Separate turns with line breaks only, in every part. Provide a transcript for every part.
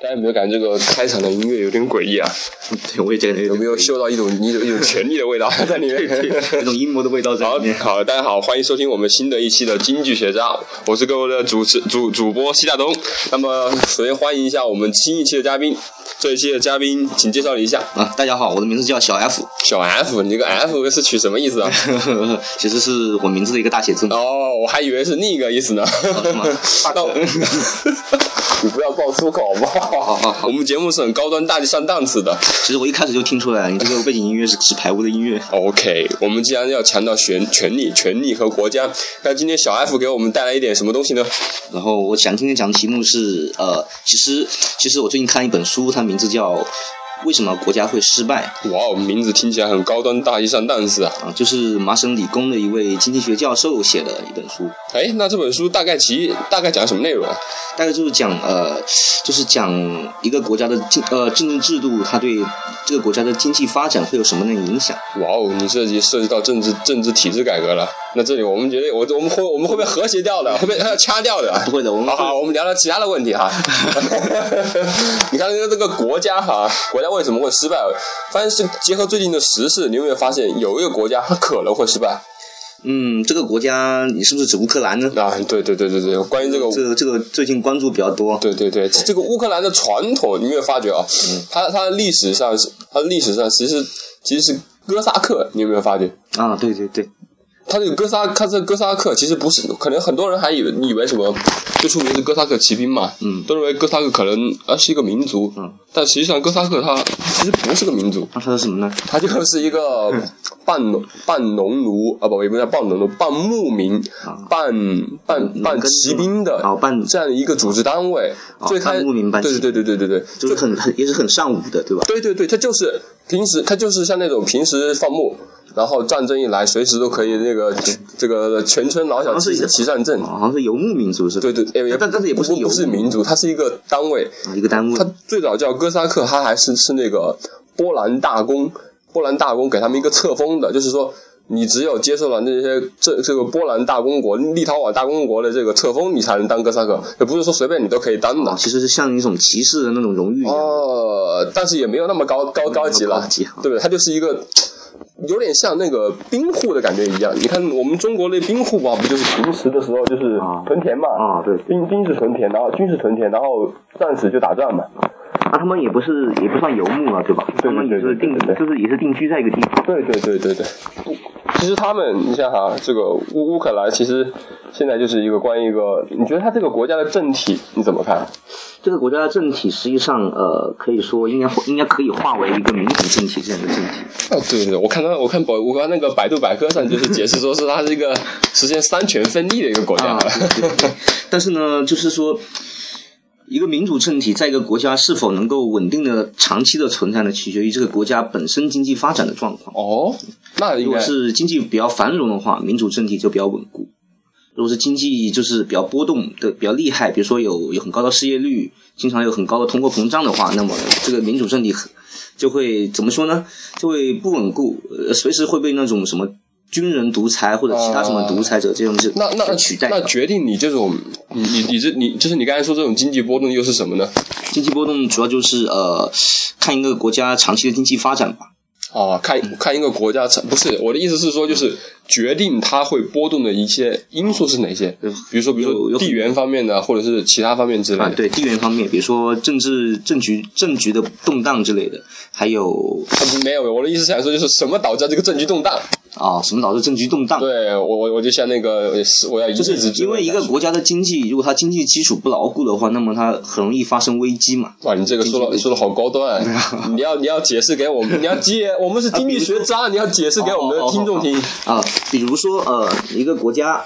大家有没有感觉这个开场的音乐有点诡异啊？
对，我也觉得
有没有嗅到一种一种一种权力的 味道在里面？
有种阴谋的味道在
好
里面？
好，大家好，欢迎收听我们新的一期的京剧学渣，我是各位的主持主主播西大东。那么，首先欢迎一下我们新一期的嘉宾，这一期的嘉宾，请介绍一下
啊，大家好，我的名字叫小 F，
小 F，你这个 F 是取什么意 思啊？
其实是我名字的一个大写字母。
哦，我还以为是另一个意思呢。
是吗
那我你不要爆粗口好不好？
好好好
我们节目是很高端、大气上档次的。
其实我一开始就听出来，你这个背景音乐是纸牌屋的音乐。
OK，我们既然要强调权、权利、权利和国家，那今天小 F 给我们带来一点什么东西呢？
然后我想今天讲的题目是，呃，其实其实我最近看了一本书，它名字叫《为什么国家会失败》。
哇哦，名字听起来很高端、大气上档次啊！
啊，就是麻省理工的一位经济学教授写的一本书，
哎，那这本书大概其大概讲什么内容啊？
大概就是讲呃，就是讲一个国家的竞呃竞争制度，它对这个国家的经济发展会有什么样的影响。
哇哦，你这集涉及到政治政治体制改革了。那这里我们觉得我我们会我们会被和谐掉的，会被他要掐掉的。
不会的，我们
好好，我们聊聊其他的问题哈。 你看这个这个国家哈，国家为什么会失败？发现是结合最近的时事，你有没有发现有一个国家它可能会失败？
嗯，这个国家你是不是指乌克兰呢？
啊，对对对对对，关于这个
这个这个最近关注比较多。
对对对，这个乌克兰的传统，你有没有发觉啊？
嗯
它它的历史上是它的历史上其实其实是哥萨克，你有没有发觉？
啊，对对对，
它这个哥萨，它这个哥萨克其实不是，可能很多人还以为以为什么最出名是哥萨克骑兵嘛，
嗯
都认为哥萨克可能啊是一个民族，
嗯，
但实际上哥萨克它其实不是个民族，
那它是什么呢？
他就是一个
嗯
半农半农奴啊，不，也不叫半农奴，半牧民
啊，
半半半骑兵的
哦半
这样一个组织单位。
哦
最开
半牧民半骑
对对对对对对对，
就是
就
很很也是很尚武的，对吧？
对对对，他就是平时他就是像那种平时放牧。然后战争一来，随时都可以那个这个全村老小
好像是
齐
一个
齐上阵
哦。好像是游牧民族是吧？
对对，哎
但但是也不
不
是游牧
不是民族，它是一个单位。
啊，一个单位
嗯他。最早叫哥萨克，他还是是那个波兰大公，波兰大公给他们一个册封的，就是说你只有接受了那些这这个波兰大公国、立陶宛大公国的这个册封，你才能当哥萨克，也不是说随便你都可以当的
啊，。其实是像一种骑士的那种荣誉一样。
哦，但是也没有那么高高高级了
嗯高级啊，
对不对？它就是一个。有点像那个兵户的感觉一样，你看我们中国那兵户吧，不就是平时的时候就是
啊
屯田嘛，
啊，对，
兵兵是屯田，然后军事屯田，然后战士就打仗嘛，
那他们也不是也不算游牧了，对吧？
对对
他们也
对
是
对
定
对对
就是也是定居在一个地方。
对对对对对，其实他们，你想哈，这个乌乌克兰其实现在就是一个关于一个，你觉得他这个国家的政体你怎么看？
这个国家的政体实际上，呃，可以说应该应该可以划为一个民主政体这样一个政体。
哦，对对，我看他，我看百，我看那个百度百科上就是解释说是它是一个实现三权分立的一个国家。
啊，对对 对但是呢，就是说，一个民主政体在一个国家是否能够稳定的、长期的存在呢，取决于这个国家本身经济发展的状况。
哦，那
如
应
果
该
是经济比较繁荣的话，民主政体就比较稳固；如果是经济就是比较波动的比较厉害，比如说有有很高的失业率，经常有很高的通货膨胀的话，那么这个民主政体很就会怎么说呢？就会不稳固，呃，随时会被那种什么军人独裁或者其他什么独裁者这种就
啊那那
就取代
那
掉。
决定你这种，你你你这你就是你刚才说这种经济波动又是什么呢？
经济波动主要就是呃，看一个国家长期的经济发展吧。
啊，看看一个国家成不是我的意思是说，就是决定它会波动的一些因素是哪些？比如说，比
有
如说
有
地缘方面的，或者是其他方面之类
啊，
的。
对地缘方面，比如说政治政局政局的动荡之类的，还有
没有，我的意思想说，就是什么导致这个政局动荡？
啊、什么导致政局动荡？
对我，我我就像那个，是我要一
就
日之
是因为一个国家的经济，如果它经济基础不牢固的话，那么它很容易发生危机嘛。
哇，你这个说的说的好高端，啊你要你要解释给我 们，你要解，我们是经济学渣，你要解释给我们的听众听。
啊、比如说呃，一个国家，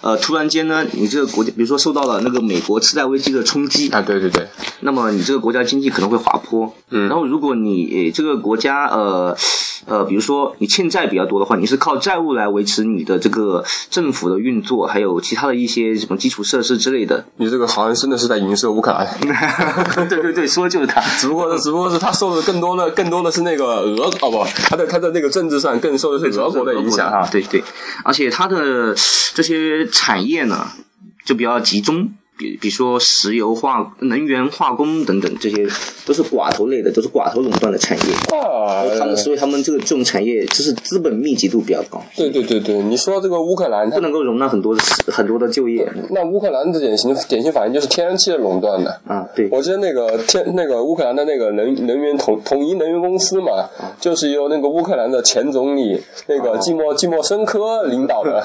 呃，突然间呢，你这个国家，比如说受到了那个美国次贷危机的冲击，
啊，对对对，
那么你这个国家经济可能会滑坡。
嗯
然后如果你呃这个国家呃呃，比如说你欠债比较多的话，你是靠债务来维持你的这个政府的运作，还有其他的一些什么基础设施之类 的。
你这个好像真的是在影射乌克兰。
对对对，说的就是它。
只不过是，只不过是他受的更多的，更多的是那个俄哦不，他在他在那个政治上更受的是俄国的啊影响哈。
对对，而且它的这些产业呢，就比较集中，比比如说石油化、能源化工等等，这些都是寡头类的，都是寡头垄断的产业。
啊
他们所以他们这个这种产业就是资本密集度比较高，
对对对对，你说这个乌克兰，它
不能够容纳很多的很多的就业。
那乌克兰的典型典型反应就是天然气的垄断的。
啊，对，
我记得那个天那个乌克兰的那个能能源统统一能源公司嘛，就是由那个乌克兰的前总理那个季莫季莫申科领导 的，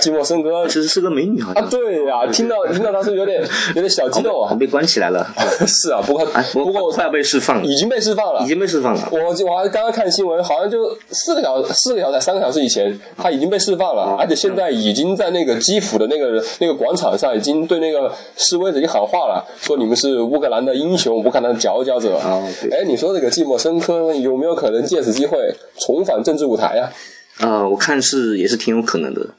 季莫申科
其实是个美女，好
啊
像，
对呀、听到听到他是有点有点小激动
我
啊，
被关起来了，
是啊，不过
哎，我
不过
快要被释放了，
已经被释放了
已。经被释放了。
我我还刚刚看新闻，好像就四个小四个小时、三个小时以前，他已经被释放
嗯
了，而且现在已经在那个基辅的那个那个广场上，已经对那个示威者已经喊话了，说你们是乌克兰的英雄，乌克兰的佼佼者。
啊对
哎，你说这个寂寞深刻有没有可能借此机会重返政治舞台呀、啊
呃，我看是也是挺有可能的，
嗯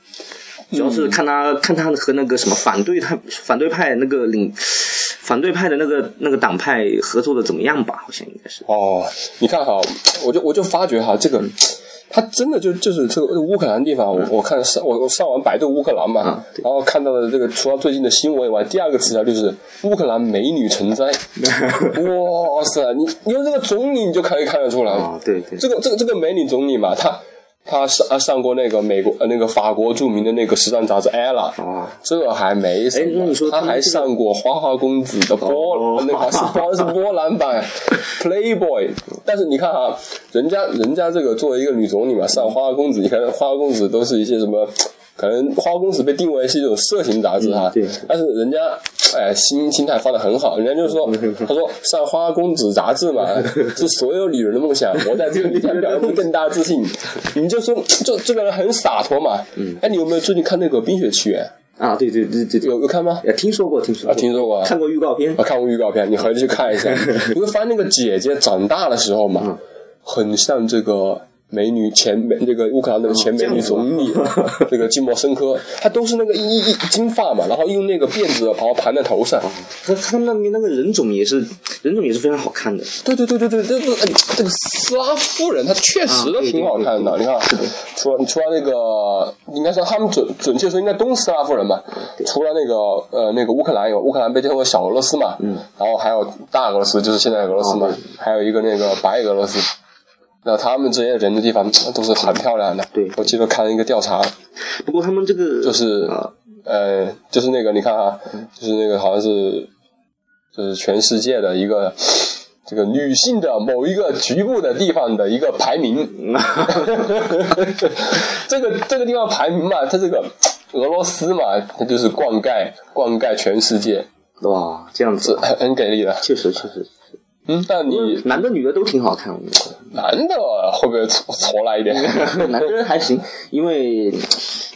主要是看他、看他和那个什么反对派反对派那个领反对派的那个那个党派合作的怎么样吧，好像应该是。
哦，你看哈，我就我就发觉哈，这个他真的就就是这个乌克兰地方，我我看上我我上网百度乌克兰嘛，
啊对
然后看到的这个除了最近的新闻以外，第二个词条就是乌克兰美女成 灾。哇塞，你你用这个总理你就可以看得出来，
啊，对对，
这个这个这个美女总理嘛，她她上她上过那个美国呃那个法国著名的那个时尚杂志《Ella》。
啊，
这还没什么，
哎那你说
他
他们
还
这个
上过花花公子的波，呃
哦
那个还是波是波兰版 Playboy。但是你看啊，人家人家这个作为一个女总理嘛，上花花公子，你看花花公子都是一些什么？可能花花公子被定为是一种色情杂志哈，
嗯对
但是人家哎心心态放的很好，人家就 说，他说上花花公子杂志嘛，是所有女人的梦想，我在这个地方表现出更大自信。 你就说，就这个人很洒脱嘛。嗯，哎，你有没有最近看那个《冰雪奇缘》？
啊，对对对对对，
有有看吗？
也听说过，听说
啊，
过，
听说过啊。
看过预告片
我。看过预告片，你回去去看一 下，你会发现那个姐姐长大的时候嘛，很像这个美女前美这个乌克兰的前美女总理， 这个季莫申科，她都是那个一一一金发嘛，然后用那个辫子把我盘在头上。
他他们那边那个人种也是人种也是非常好看的，
对对对对对，这个哎这个斯拉夫人，她确实都挺好看啊的。你看，除了除了那个，应该说他们准准确说应该东斯拉夫人吧，除了那个呃那个乌克兰有乌克兰被称为小俄罗斯嘛，嗯，哦然后还有大俄罗斯，就是现在的俄罗斯嘛，还有一个那个白俄罗斯。那他们这些人的地方都是很漂亮的。
对
我记得看了一个调查，
不过他们这个
就是
啊
呃，就是那个你看啊，就是那个好像是就是全世界的一个这个女性的某一个局部的地方的一个排 名，这个这个地方排名嘛，它这个俄罗斯嘛，它就是灌溉灌溉全世界，
哇这样
这
子，
很很给力的。
确实确实，
嗯，那你
男的女的都挺好看，我觉 得。
男的会不会挫挫来一 点？
男人还行，因为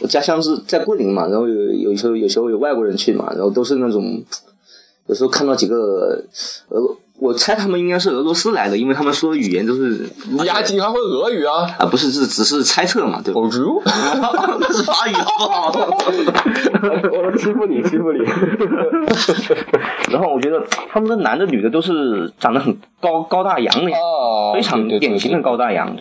我家乡是在桂林嘛，然后有有时候有时候有外国人去嘛，然后都是那种，有时候看到几个俄，我猜他们应该是俄罗斯来的，因为他们说的语言都是
雅婷还会俄语 啊？
啊，不是这只是猜测嘛，对吧？
哦 呦，
那是法语好不好？
我欺负你，欺负你。
然后我觉得他们的男的女的都是长得很高高大洋的，
啊，
非常
对对对
典型的高大洋。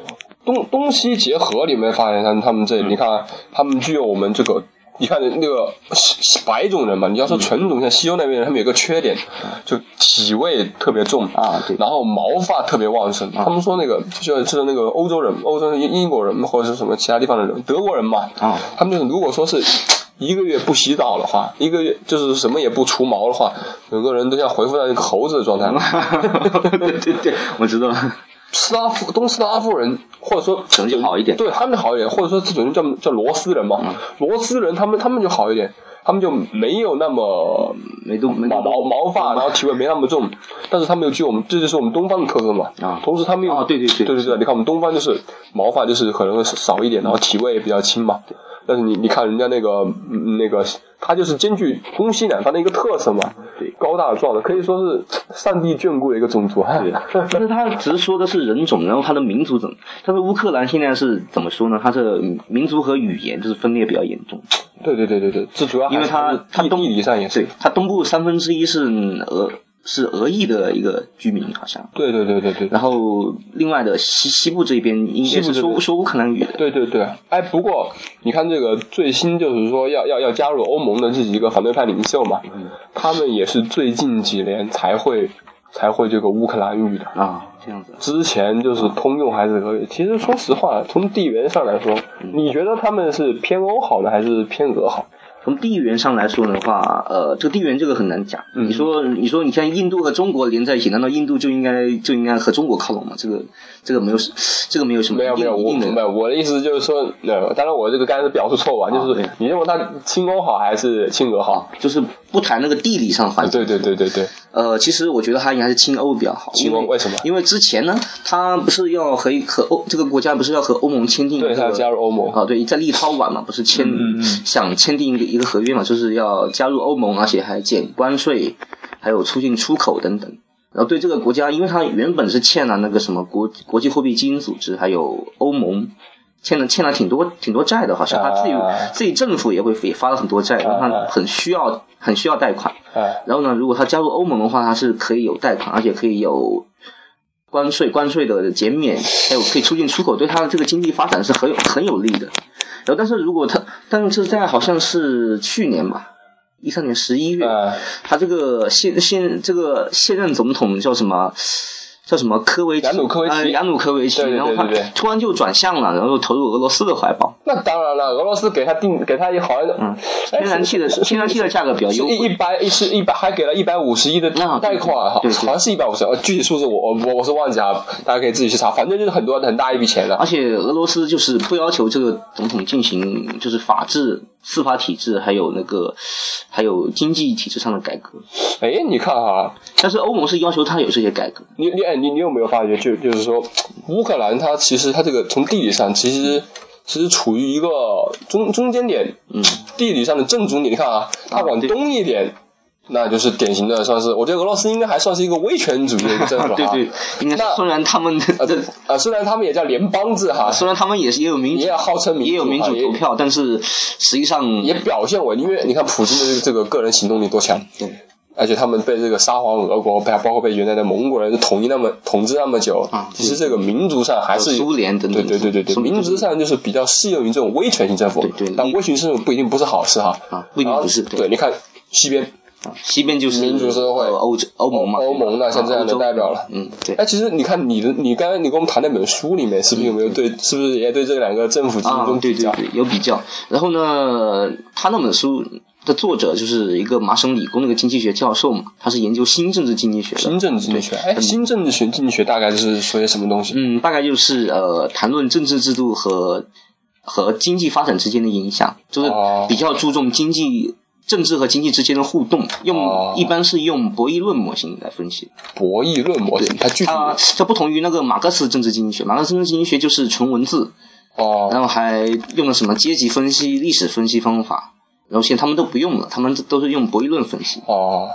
东东西结合，你有没有发现他们他们这？
嗯
你看啊，他们具有我们这个，你看那个西西白种人嘛，你要
嗯
说纯种，像西欧那边人，他们有个缺点，就体味特别重
啊对啊
然后毛发特别旺盛。他们说那个就是就是那个欧洲人，欧洲英英国人或者是什么其他地方的人，德国人嘛，
啊
他们就是如果说是。一个月不洗澡的话，一个月就是什么也不除毛的话，整个人都像恢复到那个猴子的状态
嗯
了。
对对对，我 知道，
斯拉夫东斯拉夫人，或者说
可能就好一点。
对他们好一点，或者说这种人叫叫罗斯人
嗯
嘛，罗斯人他们他们就好一点，他们就没有那么
没动没
毛
动
毛毛发，然后体味没那么重，但是他们又具有我们这就是我们东方的特色嘛。
啊
同时他们又
啊对对对
对对对，你看我们东方就是毛发就是可能会少一点，然后体味也比较轻嘛。但是你你看人家那个嗯那个，他就是兼具东西两方的一个特色嘛，
对
高大壮的可以说是上帝眷顾的一个种族。啊
对， 但是他只是说的是人种，然后他的民族怎么？但是乌克兰现在是怎么说呢？他的民族和语言就是分裂比较严重，
对对对对对，这主要还
因为
是
他他
地
东
地理上也是
对他东部三分之一是俄是俄裔的一个居民，好像。
对对对对对
然后另外的西西部这边应该是
西部这边
说说乌克兰语的，
对对对，哎，不过你看这个最新就是说要要要加入欧盟的这几个反对派领袖嘛，他们也是最近几年才会才会这个乌克兰语的，
啊，这样子。
之前就是通用还是俄语。其实说实话，从地缘上来说，你觉得他们是偏欧好呢，还是偏俄好？
从地缘上来说的话，呃，这个地缘这个很难讲。
嗯
你说，你说，你像印度和中国连在一起，难道印度就应该就应该和中国靠拢吗？这个这个没有这个没有什么
没有
一
没有，
定一
我
定
没
的。
有我的意思就是说，呃，当然我这个刚才是表述错误啊，就
对
是你认为他亲欧好还是亲俄好？
就是不谈那个地理上环境，
啊对对对对对，
呃，其实我觉得他应该是亲欧比较好。
亲欧
因
为什么
因为之前呢，他不是要和一和欧这个国家不是要和欧盟签订一
对，他要
个
加入欧盟。
啊，对，在立陶宛嘛，不是签、
嗯嗯嗯
想签订一个一个合约嘛，就是要加入欧盟，而且还减关税，还有促进出口等等。然后对这个国家，因为它原本是欠了那个什么国国际货币基金组织，还有欧盟，欠了欠了挺多挺多债的，好像他自己、
啊
自己政府也会也发了很多债，然后
啊
他很需要很需要贷款。
哎，
然后呢，如果他加入欧盟的话，他是可以有贷款，而且可以有关税、关税的减免，还有可以促进出口，对他的这个经济发展是很有很有利的。然后，但是如果他，但是在好像是去年吧，一三年十一月，
哎，
他这个现现这个现任总统叫什么？叫什么科维奇？
雅努科维奇
呃雅努科维奇，
对对对
然后他
对对
突然就转向了，然后投入俄罗斯的怀抱。
那当然了，俄罗斯给他定给他一好像，
嗯
哎
天然气的
是
天然气的价格比较
是
优惠
一一百是一百，还给了一百五十亿的
啊对
贷款，好
对对
好像是一百五十，呃具体数字我我我是忘记啊，大家可以自己去查，反正就是很多很大一笔钱了
而。且俄罗斯就是不要求这个总统进行就是法治、司法体制，还有那个还有经济体制上的改革。
哎，你看哈，
但是欧盟是要求他有这些改革，
你你哎你你有没有发觉，就就是说，乌克兰它其实它这个从地理上其实其实处于一个中中间点，
嗯，
地理上的正中点，你看啊，它往东一点。那就是典型的，算是我觉得俄罗斯应该还算是一个威权主义的一个政府
对
哈。
对，应该是
啊那
虽然他们
啊，
的
对啊，虽然他们也叫联邦制哈，
虽然他们也是也有民主
也，号称民主
也有民主
啊也
投票，但是实际上
也表现为，因为你看普京的这个这个个人行动力多强，
对
而且他们被这个沙皇俄国，被包括被原来的蒙古人统一那么统治那么久，
啊
其实这个民族上还是
苏联等
对
等，
对对对对，
苏
民族上就是比较适用于这种威权型政府，
对对
但威权政府不一定不是好事哈，
啊不一定不是
然后对，你看西边
西边就是
民主社会
呃欧洲欧盟嘛，
欧盟那像这样的
啊欧洲
代表了。
嗯对
哎，其实你看你的，你刚才你跟我们谈那本书里面，是不是有没有对，是不是也对这两个政府进行一
啊
种，
对
比
对
较？
对，有比较。然后呢，他那本书的作者就是一个麻省理工的一个经济学教授嘛，他是研究新政治经济学的。
新政治经济学，哎，新政治学经济学大概是说些什么东西？
嗯，大概就是呃，谈论政治制度和和经济发展之间的影响，就是
哦
比较注重经济、政治和经济之间的互动，用、
哦
一般是用博弈论模型来分析。
博弈论模型，它具体
它它不同于那个马克思政治经济学，马克思政治经济学就是纯文字，
哦，
然后还用了什么阶级分析、历史分析方法，然后现在他们都不用了，他们都是用博弈论分析，
哦，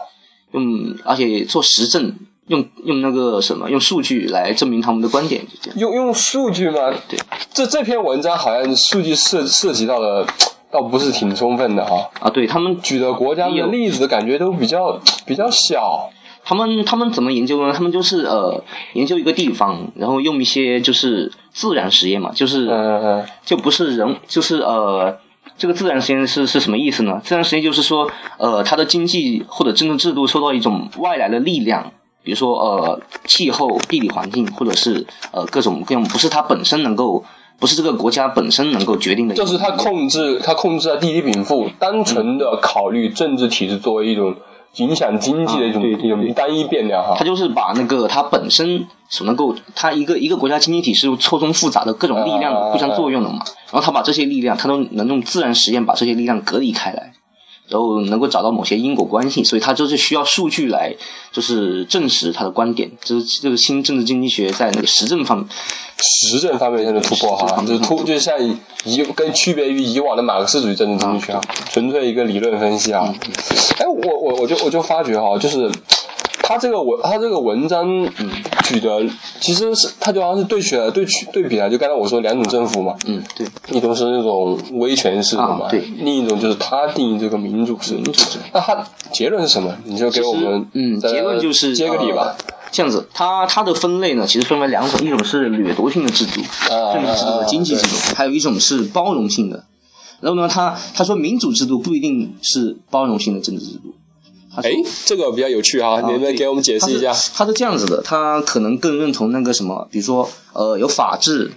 用而且做实证，用用那个什么，用数据来证明他们的观点，就这样。
用用数据吗？
对，
这这篇文章好像数据涉涉及到的倒不是挺充分的哈，
啊，对他们，
举的国家
也
的
有
例子感觉都比较比较小。
他们他们怎么研究呢？他们就是呃，研究一个地方，然后用一些就是自然实验嘛，就是、
嗯嗯
就不是人，就是呃，这个自然实验是是什么意思呢？自然实验就是说，呃，它的经济或者政治制度受到一种外来的力量，比如说呃气候、地理环境，或者是呃各种各种，不是它本身能够，不是这个国家本身能够决定的，
就是它控制它控制了地理禀赋，单纯的考虑政治体制作为一种影响经济的一种、
啊对对
一种单一变量哈
它。就是把那个它本身所能够，它一个一个国家经济体是错综复杂的各种力量
啊
互相作用的嘛。然后它把这些力量，它都能用自然实验把这些力量隔离开来，然后能够找到某些因果关系。所以它就是需要数据来，就是证实它的观点。这是这个新政治经济学在那个实证方面，
实证方面现在突破哈，
实
就是
证
突就是像以跟区别于以往的马克思主义政治经济学
啊
嗯
啊，纯粹一个理论分析啊。哎，我我我就我就发觉哈，就是
他这个文他这个文章举的其实是他就好像是对选对取对比了，啊就刚才我说两种政府嘛，
嗯，对，
一种是那种威权式的嘛，
啊对
另一种就是他定义这个民主式。那他结论是什么？你就给我们
嗯，
再
结论就是
接个底吧。
呃这样子，它它的分类呢，其实分为两种，一种是掠夺性的制度，
啊
政治制度
啊
和
啊
经济
对
制度，还有一种是包容性的。然后呢，他他说民主制度不一定是包容性的政治制度。他说
哎，这个比较有趣啊，你能不能给我们解释一下
他？是他是这样子的，他可能更认同那个什么，比如说呃有法治，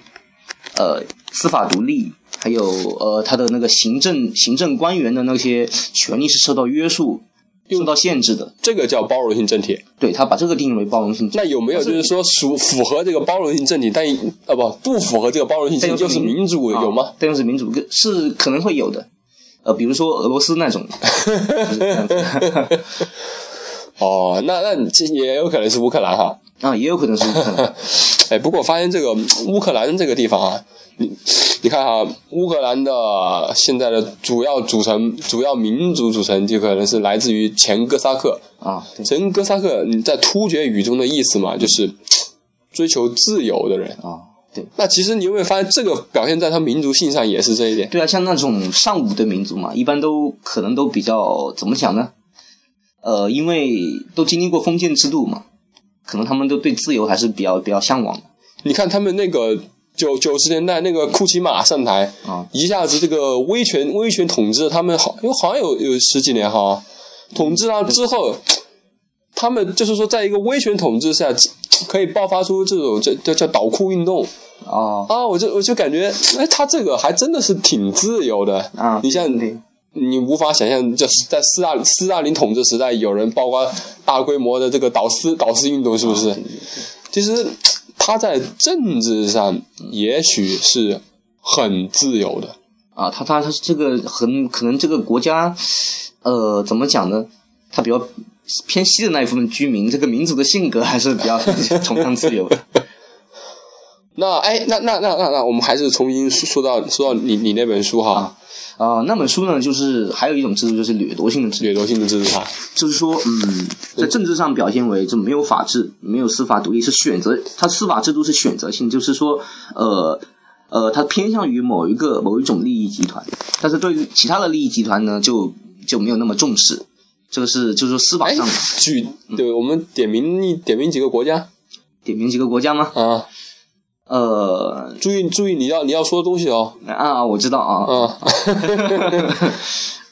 呃司法独立，还有呃他的那个行政行政官员的那些权利是受到约束、受到限制的。
这个叫包容性政体。
对他把这个定义为包容性制
那有没有就是说属符合这个包容性政体，但啊不不符合这个包容性政体就是民主有吗？？
但又啊是民主，跟是可能会有的。呃，比如说俄罗斯 那种，就是这样子
哦，那那你这也有可能是乌克兰哈。
啊，也有可能是乌克兰
哎，不过我发现这个嗯乌克兰这个地方啊，你你看啊，乌克兰的现在的主要组成、主要民族组成就可能是来自于前哥萨克。
啊，对
前哥萨克你在突厥语中的意思嘛，就是追求自由的人。
啊，对。
那其实你有没有发现，这个表现在他民族性上也是这一点？
对啊，像那种上武的民族嘛，一般都可能都比较怎么讲呢？呃，因为都经历过封建制度嘛，可能他们都对自由还是比较比较向往的
你看他们那个九九十年代那个库奇马上台，
啊。
一下子这个威权威权统治他们好，因为好像有有十几年哈，统治了之后，他们就是说在一个威权统治下，可以爆发出这种叫叫叫倒库运动
哦
啊！我就我就感觉，哎，他这个还真的是挺自由的
啊，
你像
对
你无法想象，就是在斯大斯大林统治时代，有人包括大规模的这个导师导师运动，是不是？其实他在政治上也许是很自由的。
啊，他他他这个很可能这个国家，呃，怎么讲呢？他比较偏西的那一部分居民，这个民族的性格还是比较 崇尚自由的。
那哎，那那那那那，我们还是重新说到说到你你那本书哈，
啊、那本书呢，就是还有一种制度，就是掠夺性的制度。
掠夺性的自治法。
就是说，嗯，在政治上表现为就没有法治，没有司法独立，是选择，它司法制度是选择性，就是说，呃，呃，它偏向于某一个某一种利益集团，但是对于其他的利益集团呢，就就没有那么重视。这个是就是说司法
哎
上，
举对，我们点名一点名几个国家
点名几个国家吗？
啊，
呃，
注意注意，你要你要说的东西哦，
啊，我知 道啊，
啊，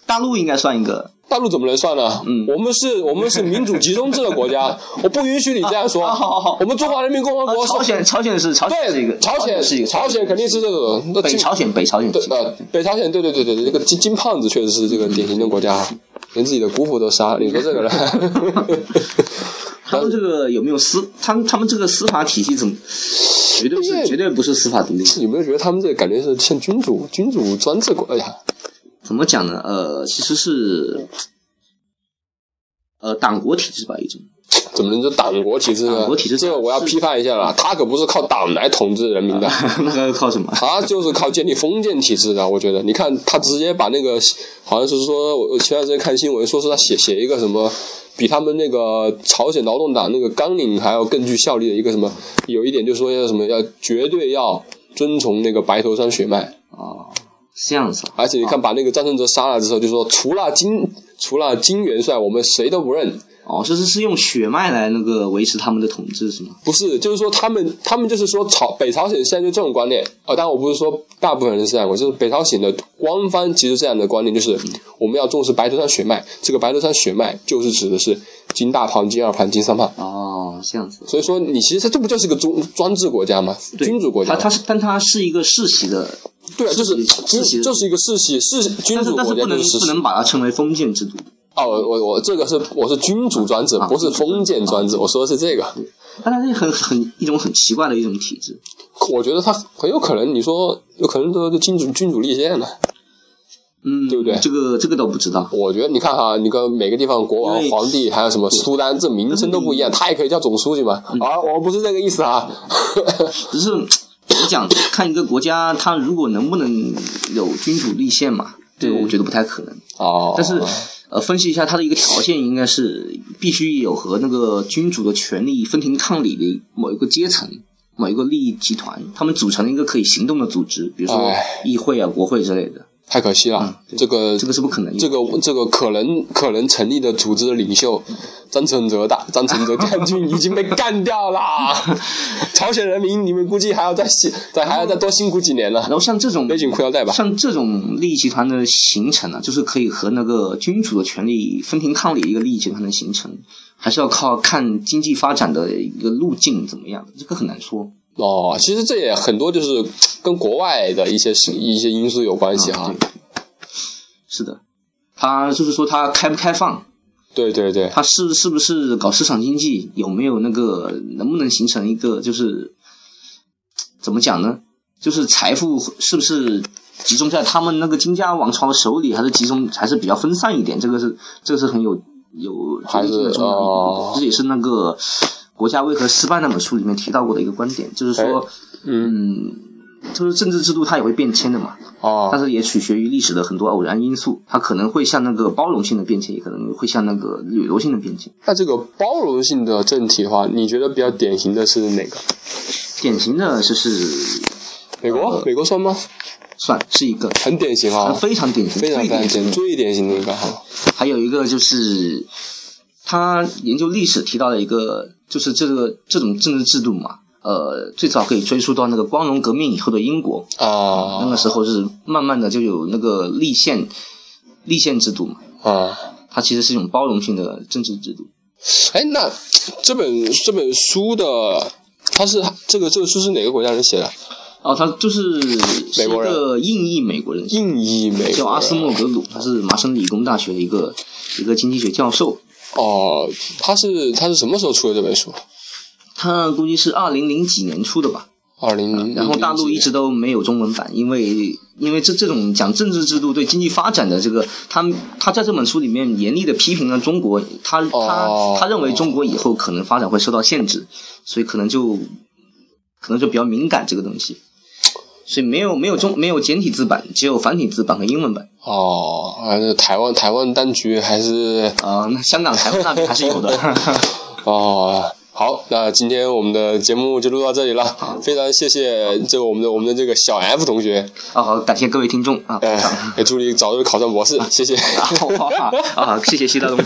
大陆应该算一个
大陆怎么能算呢？
嗯
我们是我们是民主集中制的国 家，我不允许你这样说。
啊好好好
我们中华人民共和
啊
国
朝
是，
鲜，朝鲜是朝鲜是一个，
对，朝鲜
是一个，
朝鲜肯定是这种，那
北
金
朝鲜北朝鲜
对呃北朝鲜，对对对对，这个金金胖子确实是这个典型的国家，
嗯
连自己的姑父都杀，你说这个人？
他们这个有没有司？他们他们这个司法体系怎么？绝对
对
是绝对不是司法独立。
有没有觉得他们这个感觉是像君主君主专制国？哎呀，
怎么讲呢？呃，其实是呃党国体制吧，一种。
怎么能说党国体制呢？
党国体制
这个我要批判一下了，他可不是靠党来统治人民的，
那个靠什么？
他就是靠建立封建体制的。我觉得，你看他直接把那个，好像是说，我前段时间看新闻说是他写写一个什么。比他们那个朝鲜劳动党那个纲领还要更具效力的一个什么，有一点就是说要什么要绝对要遵从那个白头山血脉，
哦，是这样子啊。
而且你看，把那个张胜哲杀了之后，就说除了金除了金元帅，我们谁都不认。
哦，这是是用血脉来那个维持他们的统治是吗？
不是，就是说他们他们就是说朝北朝鲜现在就这种观念啊、呃当然我不是说大部分人是这样，我就是北朝鲜的官方其实这样的观念就是我们要重视白头山血脉，这个白头山血脉就是指的是金大胖、金二胖、金三胖。
哦，这样子。
所以说，你其实这不就是个专专制国家吗？
对
君主国家
他
吗，
他是，但他是一个世袭的，
对啊，就是
世袭
君，
的
就是一个世袭世君
但是
主
但是
国家
不能
就是世
不
袭。
能把它称为封建制度。
哦，我我我这个是我是君主专制，
啊
不是封建专制，我说的是这个。
但它是很很一种很奇怪的一种体制。
我觉得他很有可能，你说有可能都是君主君主立宪了。
嗯，
对不对
这个这个都不知道。
我觉得你看哈，你跟每个地方国王
因、为嗯
皇帝还有什么苏丹，这名称都不一样，他也可以叫总书记嘛。啊，我不是这个意思 啊。
只是怎么讲，看一个国家它如果能不能有君主立宪嘛，这个我觉得不太可能。
哦，
但是呃，分析一下它的一个条件，应该是必须有和那个君主的权力分庭抗礼的某一个阶层、某一个利益集团，他们组成了一个可以行动的组织，比如说
哎
议会啊、国会之类的。
太可惜了，
嗯对
这个
这个是不可能的
这个这个可能可能成立的组织的领袖张承泽大张承泽将军已经被干掉 了，朝鲜人民你们估计还要再辛再还要再多辛苦几年
然
了，
后像这种
勒紧裤腰带吧。
像这种利益集团的形成呢，就是可以和那个君主的权力分庭抗礼一个利益集团的形成，还是要靠看经济发展的一个路径怎么样，这个很难说。
哦，其实这也很多就是跟国外的一些事一些因素有关系哈
啊。对是的，它就是说它开不开放，
对对对，
它是是不是搞市场经济，有没有那个能不能形成一个就是怎么讲呢？就是财富是不是集中在他们那个金家王朝手里，还是集中还是比较分散一点？这个是这个是很有有
还是
决定性的重要意义
哦
的，这也是那个《国家为何失败》那本书里面提到过的一个观点，就是
哎
说，嗯，就是政治制度它也会变迁的嘛，但
哦，
是也取决于历史的很多偶然因素，它可能会向那个包容性的变迁，也可能会向那个掠夺性的变迁。
那这个包容性的政体的话，你觉得比较典型的是哪个？
典型的就是
美
呃
国，美国算吗？
算是一个，
很典型
它
啊，
非常典型，
非常
最
非常典
典型
型，
的。
最典型的一个哈。
还有一个就是他研究历史提到的一个，就是这个这种政治制度嘛，呃，最早可以追溯到那个光荣革命以后的英国，
啊，
那个时候是慢慢的就有那个立宪立宪制度嘛，
啊，
它其实是一种包容性的政治制度。
哎，那这本这本书的，它是这个这个书是哪个国家人写的？
哦，他就是是
美
一
国人
个印裔美国人，
印裔美国人
叫阿斯莫格鲁，他是麻省理工大学的一个一个经济学教授。
哦，他是他是什么时候出的这本书？
他估计是二零零几年出的吧，
二零零，
然后大陆一直都没有中文版，因为因为这这种讲政治制度对经济发展的这个，他他在这本书里面严厉的批评了中国，他
哦
他他认为中国以后可能发展会受到限制，所以可能就可能就比较敏感这个东西，所以没有没有中没有简体字版，只有繁体字版和英文版
哦，还是台湾台湾当局还是
啊、那香港、台湾那边还是有的。
哦。好，那今天我们的节目就录到这里了，非常谢谢这个我们的我们的这个小 F 同学，
啊，好，感谢各位听众啊，
呃，也祝你早日考上博士，谢谢，
啊啊，谢谢西大东。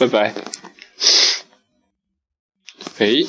拜拜。哎，